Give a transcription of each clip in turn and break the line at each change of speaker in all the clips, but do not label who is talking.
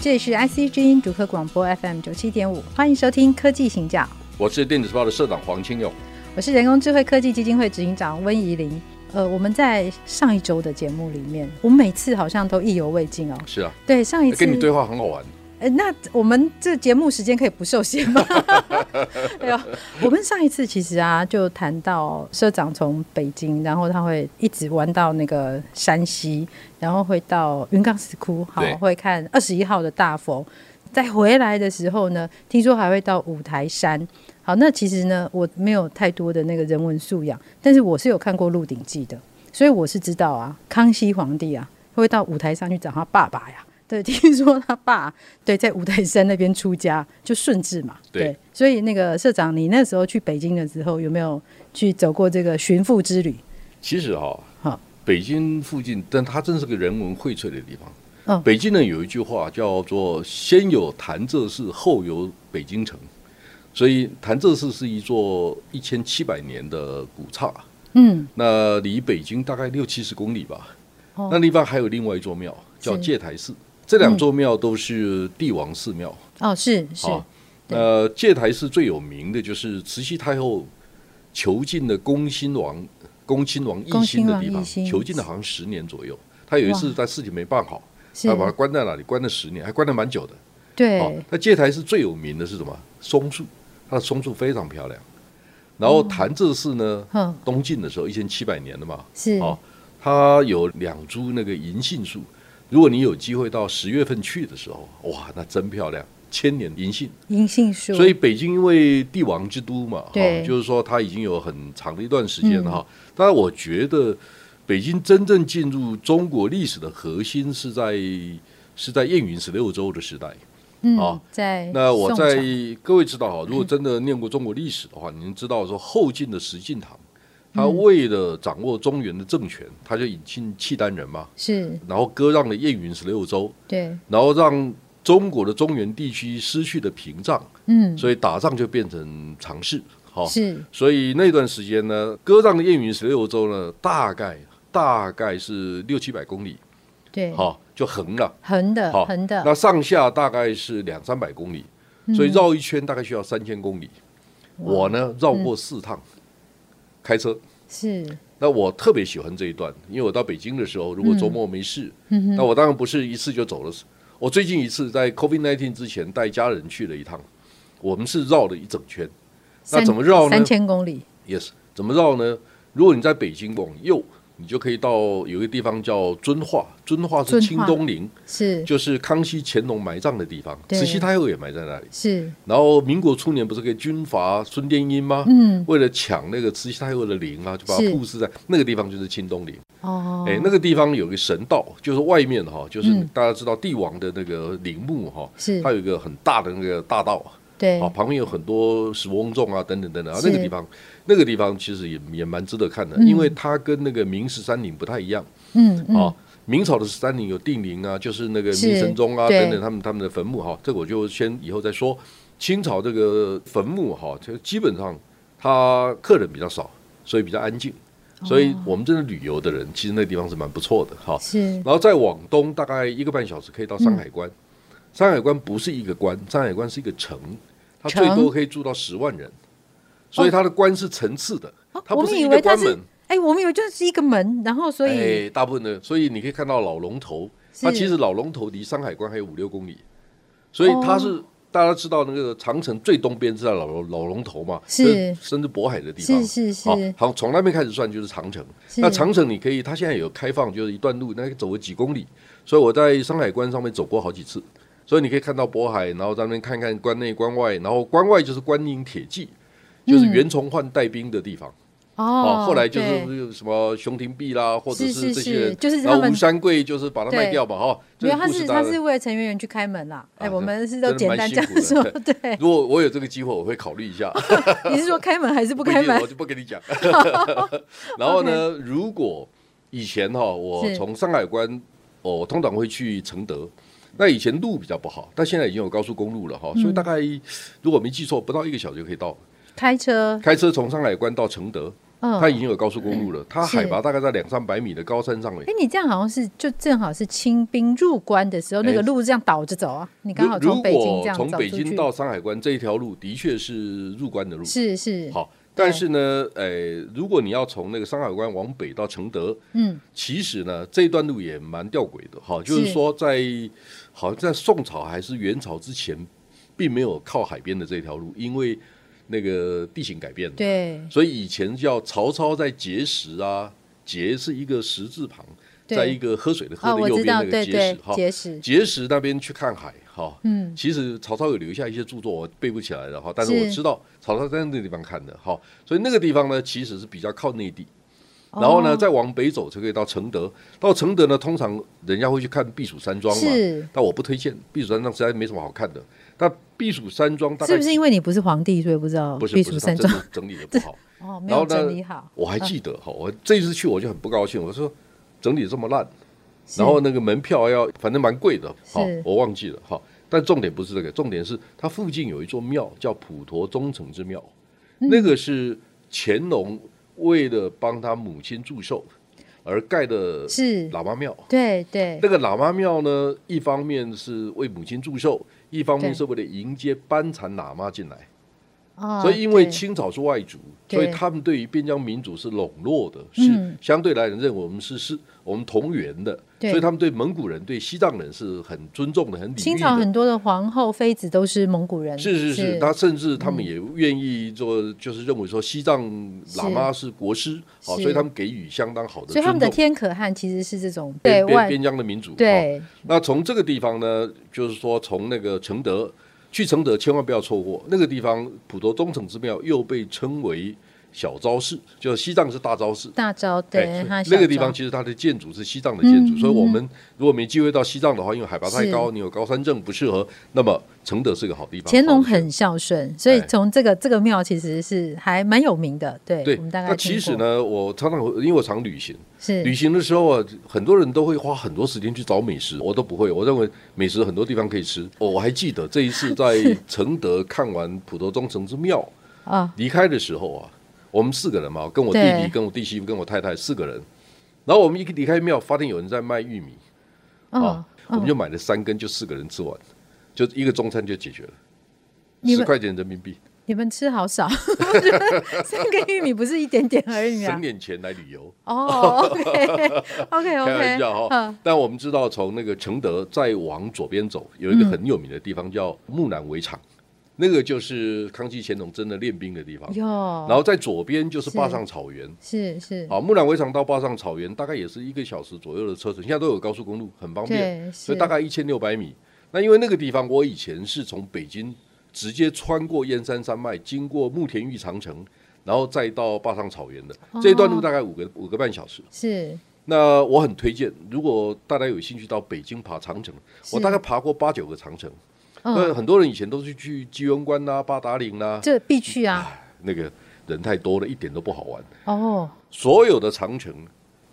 这里是 IC 之音主客广播 FM 九七点五，欢迎收听科技行脚，
我是电子报的社长黄清勇。
我是人工智慧科技基金会执行长温怡玲。呃，我们在上一周的节目里面，我们每次好像都意犹未尽哦。
是啊，
对，上一次
跟你对话很好玩。
呃，那我们这节目时间可以不受限吗？ 哎呦，我们上一次其实啊，就谈到社长从北京，然后他会一直玩到那个山西，然后会到云冈石窟，好
对，
会看二十一号的大佛。再回来的时候呢，听说还会到五台山。好，那其实呢，我没有太多的那个人文素养，但是我是有看过《鹿鼎记》的，所以我是知道啊，康熙皇帝啊会到舞台上去找他爸爸呀。 对，听说他爸对在五台山那边出家，就顺治嘛。
对
所以那个社长，你那时候去北京的时候，有没有去走过这个寻父之旅？
其实哈、
好
北京附近，但它真是个人文荟萃的地方。
嗯
北京人有一句话叫做“先有潭柘寺，后有北京城”，所以潭柘寺是一座一千七百年的古刹，
嗯，
那离北京大概六七十公里吧。
哦
那地方还有另外一座庙叫
是嗯
戒台寺，这两座庙都是帝王寺庙。
哦，是是，
好，
对
呃，戒台寺最有名的就是慈禧太后囚禁的恭亲王，恭亲王奕欣的
恭
地
亲王奕
方
欣，
囚禁了好像十年左右。他有一次他事情没办好，
是
他，把他关在那里，关了十年，还关了蛮久的。哦
对，，
那戒台寺最有名的是什么？松树，它的松树非常漂亮。然后潭柘寺呢，
哼，
东晋的时候一千七百年了嘛，
哦是，
哦，它有两株那个银杏树，如果你有机会到十月份去的时候，哇，那真漂亮，千年银杏。
银杏树，
所以北京因为帝王之都嘛，哈、
对嗯
就是说它已经有很长的一段时间了哈。当然，我觉得北京真正进入中国历史的核心是在是在燕云十六州的时代。
嗯
哦，
在
那我
宋
在
朝
各位知道哈，如果真的念过中国历史的话，你们知道说后晋的石敬瑭，他
嗯
为了掌握中原的政权，他就引进契丹人嘛，
是
然后割让了燕云十六州，
对，
然后让中国的中原地区失去了屏障。
嗯，
所以打仗就变成常事。好、
是
所以那段时间呢，割让的燕云十六州呢，大概大概是六七百公里，
对，
好、就横了，
横的
好、
横的，嗯
那上下大概是两三百公里，所以绕一圈大概需要三千公里。我呢绕过四趟，开车。
是
那我特别喜欢这一段，因为我到北京的时候，如果周末没事，
嗯
那我当然不是一次就走了。我最近一次在 COVID 1 9之前带家人去了一趟，我们是绕了一整圈。那
三
怎么绕呢
三千公里，
Yes，怎么绕呢？如果你在北京往右，你就可以到有一个地方叫遵化，遵化是
遵化
清东陵，
是
就是康熙、乾隆埋葬的地方，
对
慈禧太后也埋在那里。
是，
然后民国初年不是给军阀孙殿英吗？
嗯，
为了抢那个慈禧太后的陵啊，就把它
是
布置在那个地方，就是清东陵。
哦，
哎，那个地方有个神道，就是外面哈、就是
嗯
大家知道帝王的那个陵墓哈、
是
它有一个很大的那个大道，
对
啊，旁边有很多石翁仲啊，等等等等啊，
是
那个地方，那个地方其实也也蛮值得看的，因为它跟那个明十三陵不太一样
嗯嗯，
啊。明朝的十三陵有定陵啊，就是那个
是
明神宗啊
对
等等他们他们的坟墓哈、这个我就先以后再说。清朝这个坟墓哈、就基本上它客人比较少，所以比较安静，所以
哦
我们这的旅游的人，其实那地方是蛮不错的哈、
是
然后再往东大概一个半小时可以到山海关。
嗯
山海关不是一个关，山海关是一个城，它
城
最多可以住到十万人，所以它的关是层次的，它
哦我
不
们
是
以
一
为它
个关
是
门。，
哎，我们以为就是一个门，然后所以
哎，大部分的，所以你可以看到老龙头，
是
它其实老龙头离山海关还有五六公里，所以它是、
哦
大家知道那个长城最东边是在老龙老龙头嘛，
是
就是甚至渤海的地方。
是是是
好，哦好，从那边开始算就是长城。
是
那长城你可以，它现在有开放，就是一段路，那个走了几公里，所以我在山海关上面走过好几次，所以你可以看到渤海，然后在那边看看关内关外，然后关外就是关宁铁骑，就是袁崇焕带兵的地方。
哦，
后来就
对
是什么熊廷弼啦，或者
是是是
这些人，
就是
然后
他们
吴三桂就是把它卖掉嘛，哈。这
没
个
有，他
故事
是
大
他
家
是为了陈圆圆去开门啦。哎，
啊
我们是
真
都
真的
简
蛮
单
辛
这样
苦的
说， 对。
如果我有这个机会，我会考虑一下。
你是说开门还是不
一
开
定
门
我？就不 跟你讲。然后呢，如果以前哈、我
是
从山海关，哦，我通常会去承德。那以前路比较不好，但现在已经有高速公路了哈、
嗯
所以大概如果没记错，不到一个小时就可以到。
开车，
开车从山海关到承德，
嗯，
它已经有高速公路了，它
是
海拔大概在两三百米的高山上面
哎。，你这样好像是就正好是清兵入关的时候，
哎
那个路这样倒着走啊。你刚好
如
从
如
北京这
果
样走
从
出
北
去
京，到山海关这一条路，的确是入关的路。
是是，
好，但是呢，呃，如果你要从那个山海关往北到承德，
嗯，
其实呢这一段路也蛮吊诡的哈，就是
是
说在好像在宋朝还是元朝之前，并没有靠海边的这条路，因为那个地形改变了，
对
所以以前叫曹操在碣石啊，碣是一个石字旁，
对
在一个喝水的喝
哦，
的
我
右
知
边
道，
那个
对
碣
对
石哈，，
结石，
碣石那边去看海哈，
嗯，
其实曹操有留下一些著作，我背不起来了哈，但是
是
我知道曹操在那个地方看的哈，所以那个地方呢其实是比较靠内地，然后呢
哦
再往北走就可以到承德，到承德呢通常人家会去看避暑山庄嘛，
是
但我不推荐避暑山庄实在没什么好看的，但避暑山庄大概
是不是因为你不是皇帝，所以不知道
不是
避
不是
暑
他
山
真
庄？
的整理的不好，
哦，没
然
有
后呢
整理好，
我还记得
嗯
哈，我这次去我就很不高兴，我说整理这么烂。
是
然后那个门票要反正蛮贵的，好
是，
我忘记了哈。但重点不是这个，重点是它附近有一座庙叫普陀忠诚之庙，
嗯
那个是乾隆为了帮他母亲祝寿而盖的
是
喇嘛庙。
对对
那，个喇嘛庙呢，一方面是为母亲祝寿，一方面
对
是为了迎接班禅喇嘛进来。
哦
所以因为
对
清朝是外族，
对
所以他们对于边疆民族是笼络的，
嗯
是相对来认为我们是是我们同源的，
对
所以他们对蒙古人、对西藏人是很尊重的，很礼
清
遇
朝
的。
很多的皇后妃子都是蒙古人，
是是是，他甚至他们也愿意做，就是认为说西藏喇嘛是国师，好，
嗯是
所以他们给予相当好的
所以
尊
他们
重。
的天可汗其实是这种对
边边
外
边哦疆的民族，好
对
那从这个地方呢，就是说从那个承德去承德，千万不要错过那个地方。普陀忠诚之庙又被称为小昭寺，就西藏是大昭寺。
大昭
哎
对，他
那
小
个地方
昭
其实它的建筑是西藏的建筑，
嗯
所以我们如果没机会到西藏的话，因为海拔太高，
是
你有高山症不适合，那么承德是个好地方。
乾隆
好的选择
很孝顺，所以
哎
从这个这个庙其实是还蛮有名的。对，
对
我们大，概
那
听
其实
过
呢，我常常会因为我常旅行，
是
旅行的时候啊，很多人都会花很多时间去找美食，我都不会。我认为美食很多地方可以吃。哦我还记得这一次在承德看完普陀忠诚之庙
啊，
离开的时候啊，我们四个人嘛，跟我弟
对
弟、跟我弟媳妇、跟我太太四个人。然后我们一离开庙，发现有人在卖玉米
嗯
啊，，我们
嗯
就买了三根，就四个人吃完，就一个中餐就解决了，
你
十
们
块钱人民币，
你们吃好少， 我觉得三个玉米不是一点点而已啊
省。点钱来旅游。
哦，OK，OK，OK，
开玩笑哦哈
嗯，，
但我们知道从那个承德再往左边走，有一个很有名的地方叫木兰围场，那个就是康熙、乾隆真的练兵的地方。然
哟，
后在左边就是
是
坝上草原，
是是，
好，木兰围场到坝上草原大概也是一个小时左右的车程，现在都有高速公路，很方便，
对，
所
是
以大概一千六百米。那因为那个地方，我以前是从北京直接穿过燕山山脉，经过慕田峪长城，然后再到坝上草原的，
哦
这一段路大概五个五个半小时。
是
那我很推荐，如果大家有兴趣到北京爬长城，
是
我大概爬过八九个长城。那
嗯，
很多人以前都是去鸡公关啦、八达岭啦、
这必去啊。
那个人太多了，一点都不好玩。
哦，
所有的长城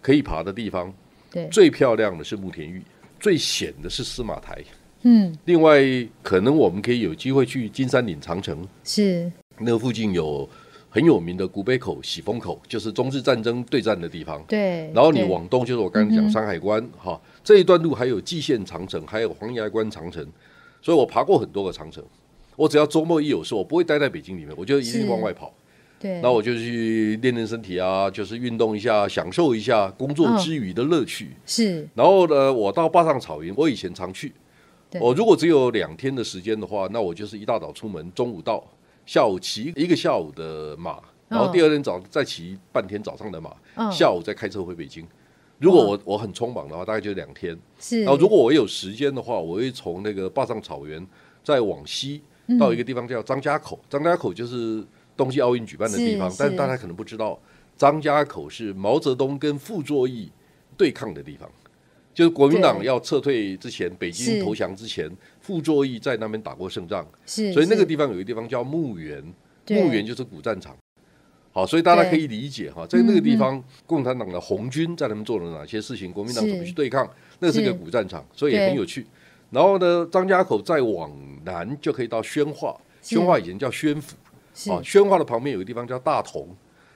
可以爬的地方，
对，
最漂亮的是慕田峪，最险的是司马台。
嗯，
另外，可能我们可以有机会去金山岭长城，
是
那附近有很有名的古北口、喜峰口，就是中日战争对战的地方。
对。
然后你
对嗯
往东就是我刚才讲山海关哈、这一段路还有蓟县长城，还有黄崖关长城，所以我爬过很多个长城。我只要周末一有事，我不会待在北京里面，我就一定往外跑。
对，
那我就去练练身体啊，就是运动一下，享受一下工作
嗯
之余的乐趣。
是
然后呢，我到坝上草原，我以前常去。
对
我如果只有两天的时间的话，那我就是一大早出门，中午到，下午骑一个下午的马，然后第二天早再骑半天早上的马，
嗯
下午再开车回北京。如果我我很匆忙的话，大概就两天。
是，
然后如果我有时间的话，我会从那个坝上草原再往西
嗯
到一个地方叫张家口，张家口就是冬季奥运举办的地方
是，
但
是
大家可能不知道。张家口是毛泽东跟傅作义对抗的地方，就是国民党
对
要撤退之前，北京
是
投降之前，傅作义在那边打过胜仗，
是，
所以那个
是
地方有一个地方叫墓园，
对
墓园就是古战场。好，所以大家
对嗯
可以理解哈，在那个地方，共产党的红军在那边做了哪些事情，国民党怎么
是
去对抗，那是一个
是
古战场，所以也
对
很有趣。然后呢，张家口再往南就可以到宣化，
是
宣化以前叫宣府，
是
啊，宣化的旁边有个地方叫大同，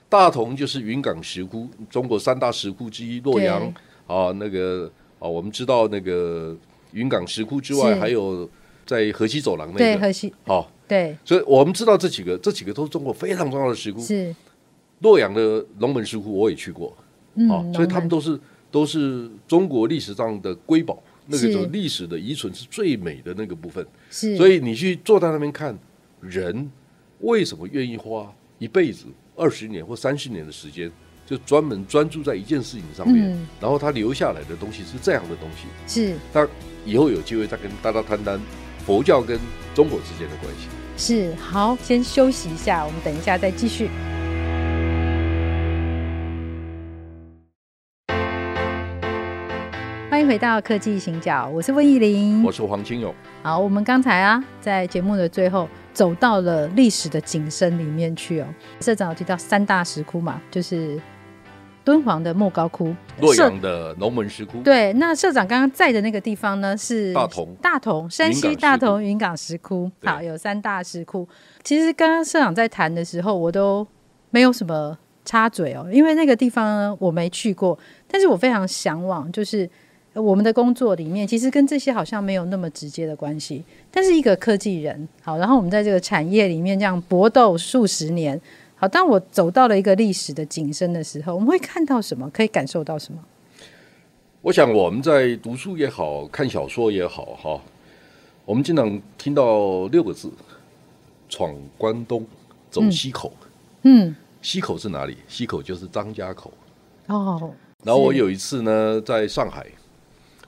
大同就是云冈石窟，中国三大石窟之一，洛阳啊，那个啊，我们知道那个云冈石窟之外，
是
还有在河西走廊那
对
个，啊
河西
好、
对
所以我们知道这几个，这几个都是中国非常重要的石窟。
是
洛阳的龙门石窟我也去过，
嗯
啊，，所以
龙
他们
门
都是都是中国历史上的瑰宝，那个
是
就是历史的遗存是最美的那个部分。
是
所以你去坐在那边看，人为什么愿意花一辈子、二十年或三十年的时间，就专门专注在一件事情上面，
嗯
然后他留下来的东西是这样的东西。
是
那以后有机会再跟大家谈谈佛教跟中国之间的关系。
是好，先休息一下，我们等一下再继续。欢迎回到科技行脚，我是温怡玲
我。是黄清勇，
好，我们刚才啊，在节目的最后走到了历史的景深里面去哦。社长有提到三大石窟嘛，就是敦煌的莫高窟、
洛
社
阳的龙门石窟。
对，那社长刚刚在的那个地方呢是
大同
大同山西
云冈石窟
大同云冈石窟。
对
好，有三大石窟。其实刚刚社长在谈的时候，我都没有什么插嘴哦，因为那个地方呢我没去过，但是我非常向往，就是。呃我们的工作里面，其实跟这些好像没有那么直接的关系，但是一个科技人，好，然后我们在这个产业里面这样搏斗数十年，好，当我走到了一个历史的景深的时候，我们会看到什么，可以感受到什么？
我想我们在读书也好看小说也好，哈，我们经常听到六个字：闯关东，走西口。
嗯，
西口是哪里？西口就是张家口。
哦，
然后我
是
有一次呢，在上海，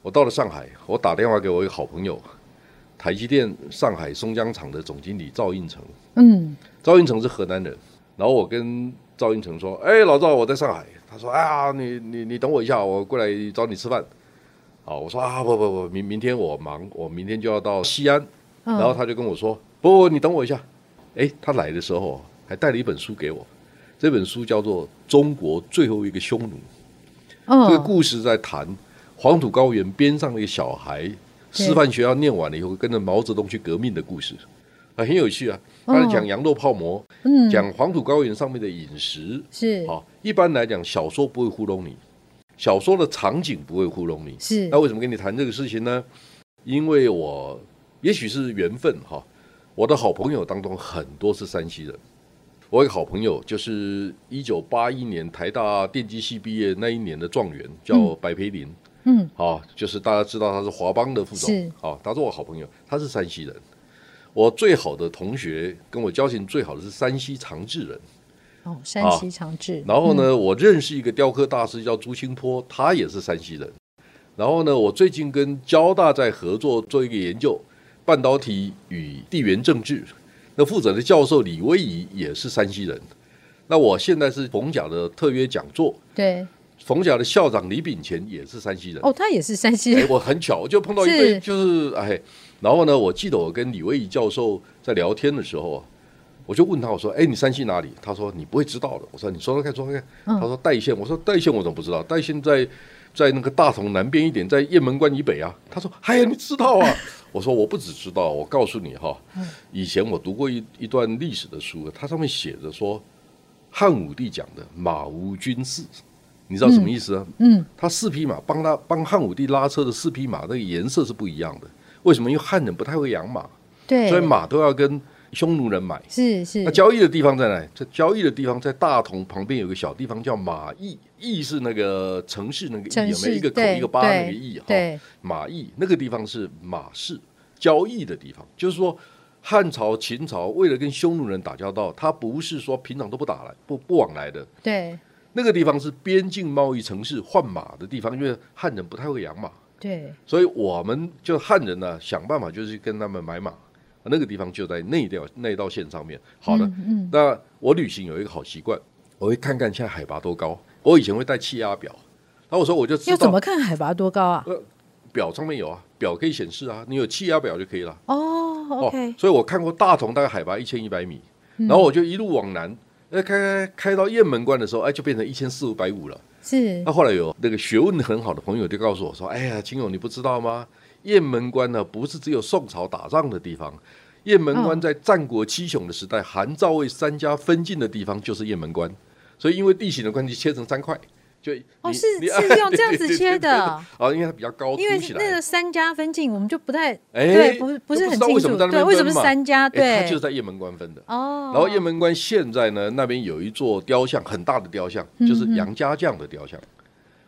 我到了上海，我打电话给我一个好朋友，台积电上海松江厂的总经理赵应成。
嗯，
赵运成是河南人，然后我跟赵运成说：“哎，老赵，我在上海。”他说：“哎呀，你你你等我一下，我过来找你吃饭。”好，我说：“啊，不不不，明明天我忙，我明天就要到西安。”
嗯
然后他就跟我说：“不不，你等我一下。”哎，他来的时候还带了一本书给我，这本书叫做《中国最后一个匈奴》。
嗯，
这个故事在谈黄土高原边上的一个小孩，
对
师范学校念完了以后，跟着毛泽东去革命的故事，啊，很有趣啊。他是讲羊肉泡馍，
嗯
讲黄土高原上面的饮食。
是
好，一般来讲，小说不会糊弄你，小说的场景不会糊弄你。
是
那为什么跟你谈这个事情呢？因为我也许是缘分哈，我的好朋友当中很多是山西人。我有一个好朋友，就是一九八一年台大电机系毕业那一年的状元，叫白培林。
嗯，
啊，就是大家知道他是华邦的副
是
总，啊，他是我好朋友，他是山西人。我最好的同学跟我交情最好的是山西长治人。
哦，山西长治，
然后呢，我认识一个雕刻大师叫朱清坡，他也是山西人。然后呢，我最近跟交大在合作做一个研究，半导体与地缘政治。那负责的教授李威仪也是山西人。那我现在是冯甲的特约讲座，
对，
冯甲的校长李炳乾也是山西人。
哦，他也是山西
哎
人，，
我很巧，我就碰到一对，
是
就是哎，然后呢，我记得我跟李卫仪教授在聊天的时候啊，我就问他，我说，哎，你山西哪里？他说你不会知道的。我说你说说看，说说看。
嗯
他说代县，我说代县我怎么不知道？代县在在那个大同南边一点，在雁门关以北啊。他说，哎呀，你知道啊？ 我说我不只知道，我告诉你哈，
嗯
以前我读过一一段历史的书，它上面写着说汉武帝讲的马无军事，你知道什么意思啊？
嗯，
他四匹马帮他帮汉武帝拉车的四匹马，那个颜色是不一样的。为什么？因为汉人不太会养马，
对，
所以马都要跟匈奴人买。
是是
那交易的地方在哪里？这交易的地方在大同旁边有个小地方叫马邑，邑是那个城市那个邑，
城
有没有
市
一个口
对
一个八
对
那个邑哈？
对
马邑那个地方是马市交易的地方，就是说汉朝、秦朝为了跟匈奴人打交道，他不是说平常都不打来不不往来的，
对
那个地方是边境贸易城市换马的地方，因为汉人不太会养马，
对
所以我们就汉人呢、想办法就是跟他们买马。那个地方就在那一条那一道线上面。好的，
嗯嗯
那我旅行有一个好习惯，我会看看现在海拔多高。我以前会带气压表，然后我说我就知道
要怎么看海拔多高啊？
表上面有啊，表可以显示啊，你有气压表就可以了。
哦，OK，嗯
所以我看过大同大概海拔一千一百米，然后我就一路往南，那开开开到雁门关的时候，哎，就变成一千四五百五了。
是
那后来有那个学问很好的朋友就告诉我说：“哎呀，金勇，你不知道吗？雁门关呢，不是只有宋朝打仗的地方。雁门关
哦
在战国七雄的时代，韩、赵、魏三家分晋的地方就是雁门关。所以因为地形的关系，切成三块。就你
哦
你
是
你
是用这样子
对对对
切
对对
的
哦，因为它比较高，凸
因为
起
那
来
个。啊三家分晋，我们就不太
哎
对，不不是
都不
很
知道
清
为什
楚
么在，那
对，
边
为什么是
分嘛
三家？
哎
对，
它就是在雁门关分的。
哦，
然后雁门关现在呢，那边有一座雕像，很大的雕像，就是
嗯
杨家将的雕像。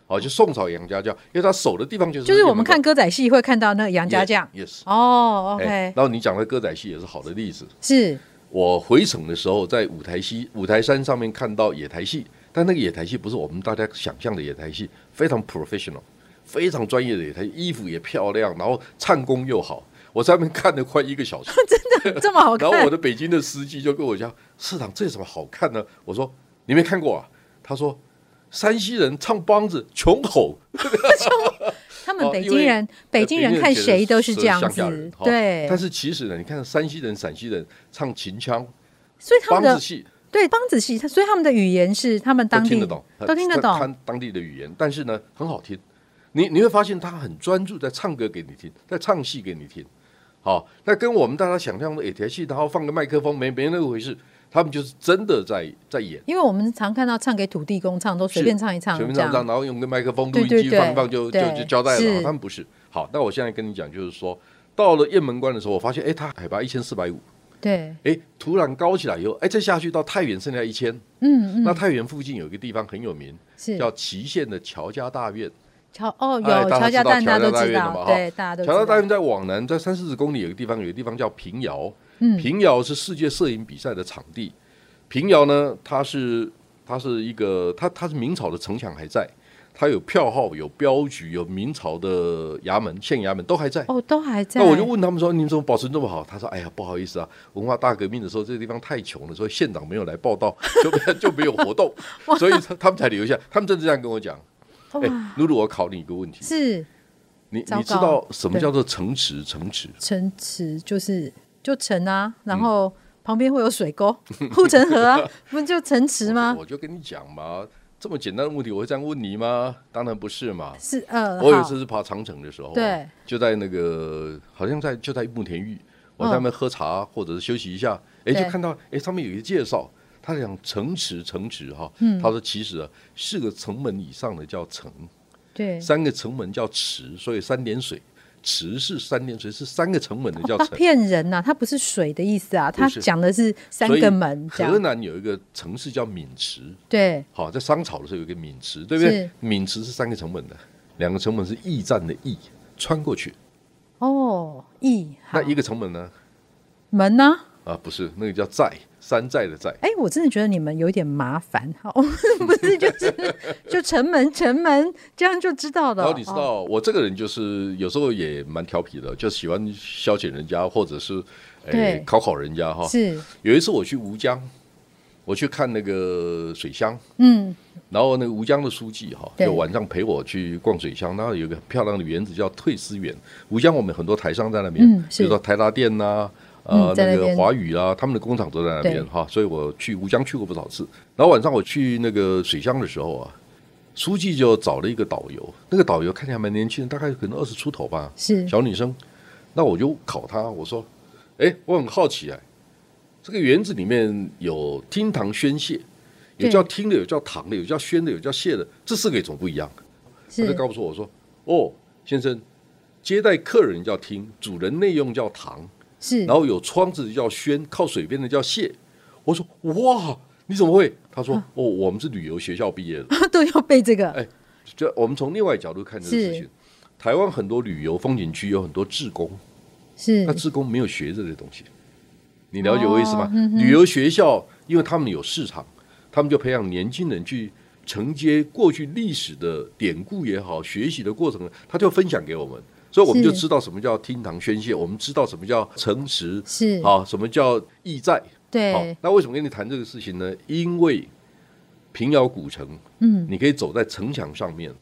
哦，就宋朝杨家将，因为他守的地方就是
就是我们
雁
看
门
歌仔戏会看到那个杨家
关
将。
，yes。
哦，OK，、
哎，然后你讲的歌仔戏也是好的例子。
是
我回程的时候，在五台西、五台山上面看到野台戏，但那个野台戏不是我们大家想象的野台戏，非常 professional，非常专业的野台戏，衣服也漂亮，然后唱功又好。我在那边看了快一个 小时，
这么好看
然后。我的北京的司机就跟我讲：“市长，这有什么好看呢？”我说：“你没看过啊？”他说：“山西人唱梆子，穷吼。
他们
哦
北
因
京
为
人，北京人看谁都是这样
呃北京
子
人觉得是乡下人，哈
对
但，是其实呢，你看山西人、陕西人唱秦腔、
所以他们
梆
的
子戏
对梆子戏，他所以他们的语言是他们
都
当地
听得懂，
都听得懂
看当地的语言，但是呢，很好听。你你会发现他很专注在唱歌给你听，在唱戏给你听。好，那跟我们大家想象的野哎台戏，然后放个麦克风，没没那回事，他们就是真的在在演。”
因为我们常看到唱给土地公唱，都随便唱一唱，
随便
这
唱
样
唱，然后用个麦克风、录
对
音
对
机
对
放一放就就
对
就交代了。
是
他们不是。好，那我现在跟你讲，就是说到了雁门关的时候，我发现哎，它海拔一千四百五，
对，
哎，突然高起来以后，哎，再下去到太原剩下一千。
嗯
那
嗯，
太原附近有一个地方很有名，
是
叫祁县的乔家大院。
乔哦
哎
有
大
乔
家
家蛋，
知道
大家
乔家
都
大
知
院了
道，
嘛哈
对，大家都
乔家
知
大
道
院。在往南，在三四十公里有个地方，有个地方叫平遥。
嗯
平遥是世界摄影比赛的场地。平遥呢，它是它是一个，它它是明朝的城墙还在，它有票号、有镖局、有明朝的衙门、县衙门都还在。
哦，都还在。
那我就问他们说：“你们怎么保存这么好？”他说：“哎呀，不好意思啊，文化大革命的时候，这个地方太穷了，所以县长没有来报道，就就没有活动，所以他们才留下。他们真的这样跟我讲。哎
哇，，
露露，我考你一个问题，
是
你
糟糕
你知道什么
对
叫做城池？城池
城池就是就城啊，
嗯
然后旁边会有水沟、 护城河 啊，不就城池吗？
我就跟你讲嘛，这么简单的问题，我会这样问你吗？当然不是嘛。
是呃，
我有一
好
次是爬长城的时候啊，
对
就在那个好像在就在慕田峪，我在那边喝茶或者是休息一下，哎，
嗯对
就看到哎上面有一个介绍，他讲城池城池哈，
嗯
他说其实啊四个城门以上的叫城，
对
三个城门叫池，所以三点水，池是三点水是三个城门的叫
哦他
城。
骗人啊呐、他不是水的意思啊，他
是
讲的是三
所以
个门这
河
样。
南有一个城市叫渑池，
对，
好，在商朝的时候有一个渑池，对不对
是？
渑池是三个城门的，两个城门是驿站的驿，穿过去。
哦，义好
那一个城门呢？
门呢、
啊，不是，那个叫寨，山寨的寨。
哎，我真的觉得你们有点麻烦，好，我们 不是就是就城门城门这样就知道了。
然后你知
哦
道，我这个人就是有时候也蛮调皮的，就喜欢消遣人家，或者是诶
对
考考人家哈。
是
有一次我去吴江，我去看那个水乡，
嗯
然后那个吴江的书记哈，
对
就晚上陪我去逛水乡，那有一个很漂亮的园子叫退思园。吴江我们很多台商在那边，
嗯
比
是
如说台达电呐、呃
嗯，在那
那个
边
华宇啦、他们的工厂都在那边
对
哈，所以我去吴江去过不少次。然后晚上我去那个水乡的时候啊，书记就找了一个导游，那个导游看起来蛮年轻的，大概可能二十出头吧，
是
小女生。那我就考她，我说：“哎，我很好奇哎，这个园子里面有厅堂宣泄，有
对
叫厅的，有叫堂的，有叫宣的，有叫泄的，这四个有什么不一样？”他就是告诉我说：“哦，先生，接待客人叫厅，主人内用叫堂，
是，
然后有窗子叫轩，靠水边的叫蟹。”我说：“哇，你怎么会？”他说：“
啊
哦，我们是旅游学校毕业的。”
都要背这个
哎就我们从另外角度看这个事
是
情，台湾很多旅游风景区有很多志工，
是
那志工没有学这些东西，你了解我意思吗
哦？嗯哼
旅游学校，因为他们有市场，他们就培养年轻人去承接过去历史的典故也好，学习的过程，他就分享给我们。所以我们
是
就知道什么叫厅堂宣泄，我们知道什么叫城池，
是
好，什么叫驿寨，好
对，
那为什么跟你谈这个事情呢？因为平遥古城，
嗯，
你可以走在城墙上面，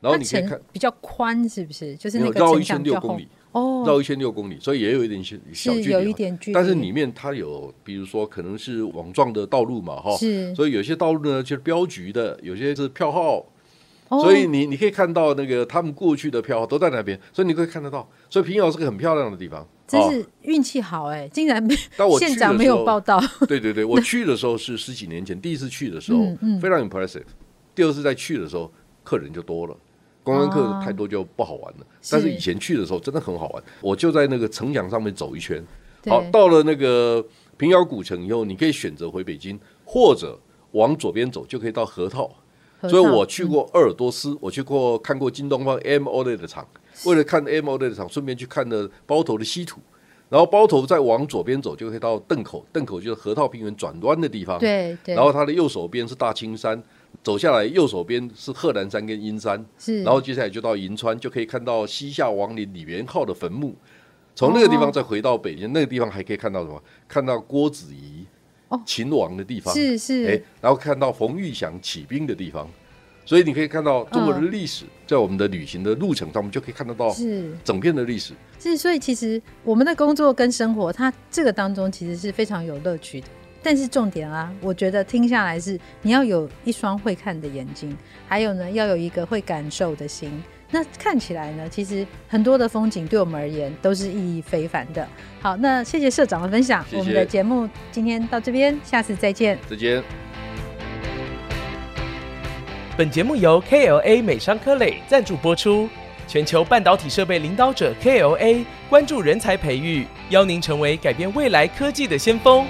然后
它
你可以看
城比较宽，是不是？就是
没
那
有
个
绕
城
一圈
墙
六
较
公
厚
里，
哦，
绕一圈六公里，所以也有一点小小距
是
离，
有一点距离，
但是里面它有，比如说可能是网状的道路嘛，哈，
是
哦所以有些道路呢就是镖局的，有些是票号，
哦
所以你你可以看到那个他们过去的票号都在那边，所以你可以看得到，所以平遥是个很漂亮的地方。
真
哦，
是运气好哎，竟然没
但我去
县
的
长没
时
有
候
报 道，
哦对 对对，我去的时候是十几年前第一次去的时候，
嗯嗯
非常 impressive。第二次再去的时候，客人就多了。观光客太多就不好玩了，但是
啊是
以前去的时候真的很好玩。我就在那个城墙上面走一圈，
对
好，到了那个平遥古城以后，你可以选择回北京，或者往左边走就可以到河套。
河
所以
套
我去过鄂尔多斯，我去过看过京东方 M O L 的厂，为了看 M O L 的厂，顺便去看了包头的稀土。然后包头再往左边走，就可以到邓口，邓口就是河套平原转弯的地方。。
对对，
然后它的右手边是大青山，走下来右手边是贺兰山跟阴山，
是，
然后接下来就到银川，就可以看到西夏王陵李元昊的坟墓。从那个地方再回到北京，那个地方还可以看到什么？看到郭子仪
哦
秦王的地方，
是
哎
是，
然后看到冯玉祥起兵的地方。所以你可以看到中国人的历史，在我们的旅行的路程上，我们就可以看得到
嗯是
整片的历史。
是，所以其实我们的工作跟生活，它这个当中其实是非常有乐趣的。但是重点啊，我觉得听下来是你要有一双会看的眼睛，还有呢要有一个会感受的心。那看起来呢，其实很多的风景对我们而言都是意义非凡的。好，那谢谢社长的分享，
谢谢
我们的节目今天到这边，下次再见。
再见。
本节目由 KLA 美商科磊赞助播出。全球半导体设备领导者 KLA 关注人才培育，邀您成为改变未来科技的先锋。